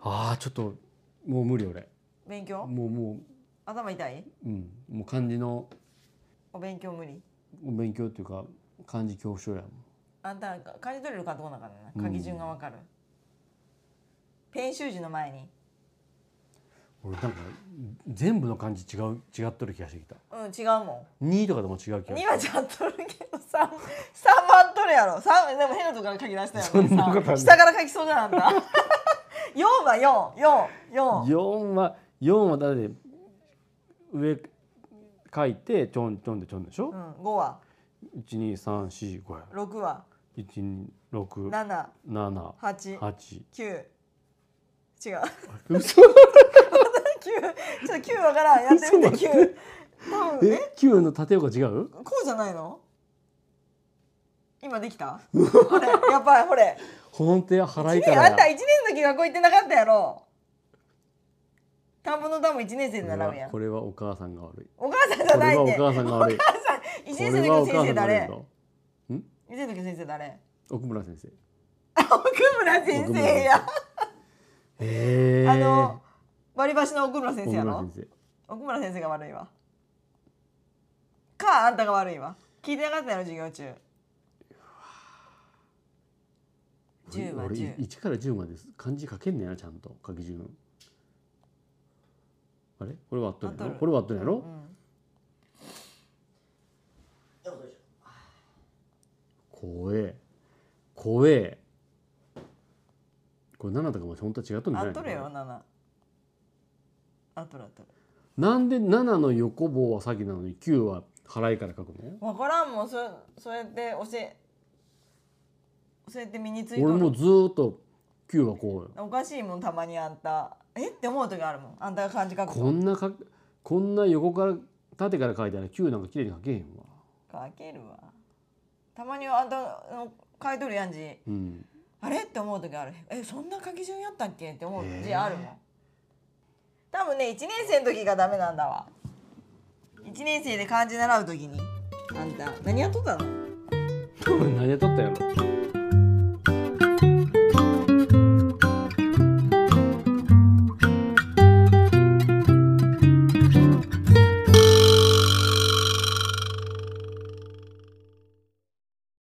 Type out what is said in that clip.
ああちょっともう無理俺勉強もうも頭痛いううんもう漢字のお勉強無理お勉強っていうか漢字恐怖症やもんあんた漢字取れるかどうなのかな書き順がわかる、ペン習字の前に俺なんか全部の漢字違う違っとる気がしてきたうん違うも2とかでも違う気んがす2るはちゃんと取るけど3番取るやろ三でも変なとこから書き出したやろそんなことあんの三下から書きそうじゃんあんた 4は4444 4は4はだって上書いてちょんちょんでちょんでしょうん、5は1 2 3 4 5や6は1 2 6 7 7 8 8 9違う 9ちょっ嘘と9わからんやっ てみて9多分え9の縦横違 うこうじゃないの今で きたほれやっぱりほれ本手は払いねかえらあんた1や年の時学校行ってなかったやろ田んぼの田も1年生で習うやんこれはお母さんが悪いお母さんじゃこなれいはっおて1母さんが悪い年こ生れはのお時母のさんが悪先生い誰ぞ1年生の時の先生誰奥村先生あ奥村先生やええあの割り箸の奥村先奥生や村ろ先生奥村先生が悪いわかあんたが悪いわ聞いてなかったやろ授業中10は俺10一から十まで漢字書けんねやなちゃんと書き順あれこれはあっとるや合っとろるこれはあっとるやろ怖え怖えこれ7とかも本当は違っとんじゃあないっとるよ7あっとるあっとるなんで7の横棒は詐欺なのに9は払いから書くの分からんもんそそうやって教えそうやって身について俺もずーっと9はこうよおかしいもんたまにあんたえって思う時あるもんあんたが漢字書くとこんなかこんな横から縦から書いたら9なんか綺麗に書けへんわ書けるわたまにはあんたの書いとるやん字うんあれって思う時あるえそんな書き順やったっけって思うへえ字あるもん多分ね1年生の時がダメなんだわ1年生で漢字習う時にあんた何やっとったの 何やっとったやろ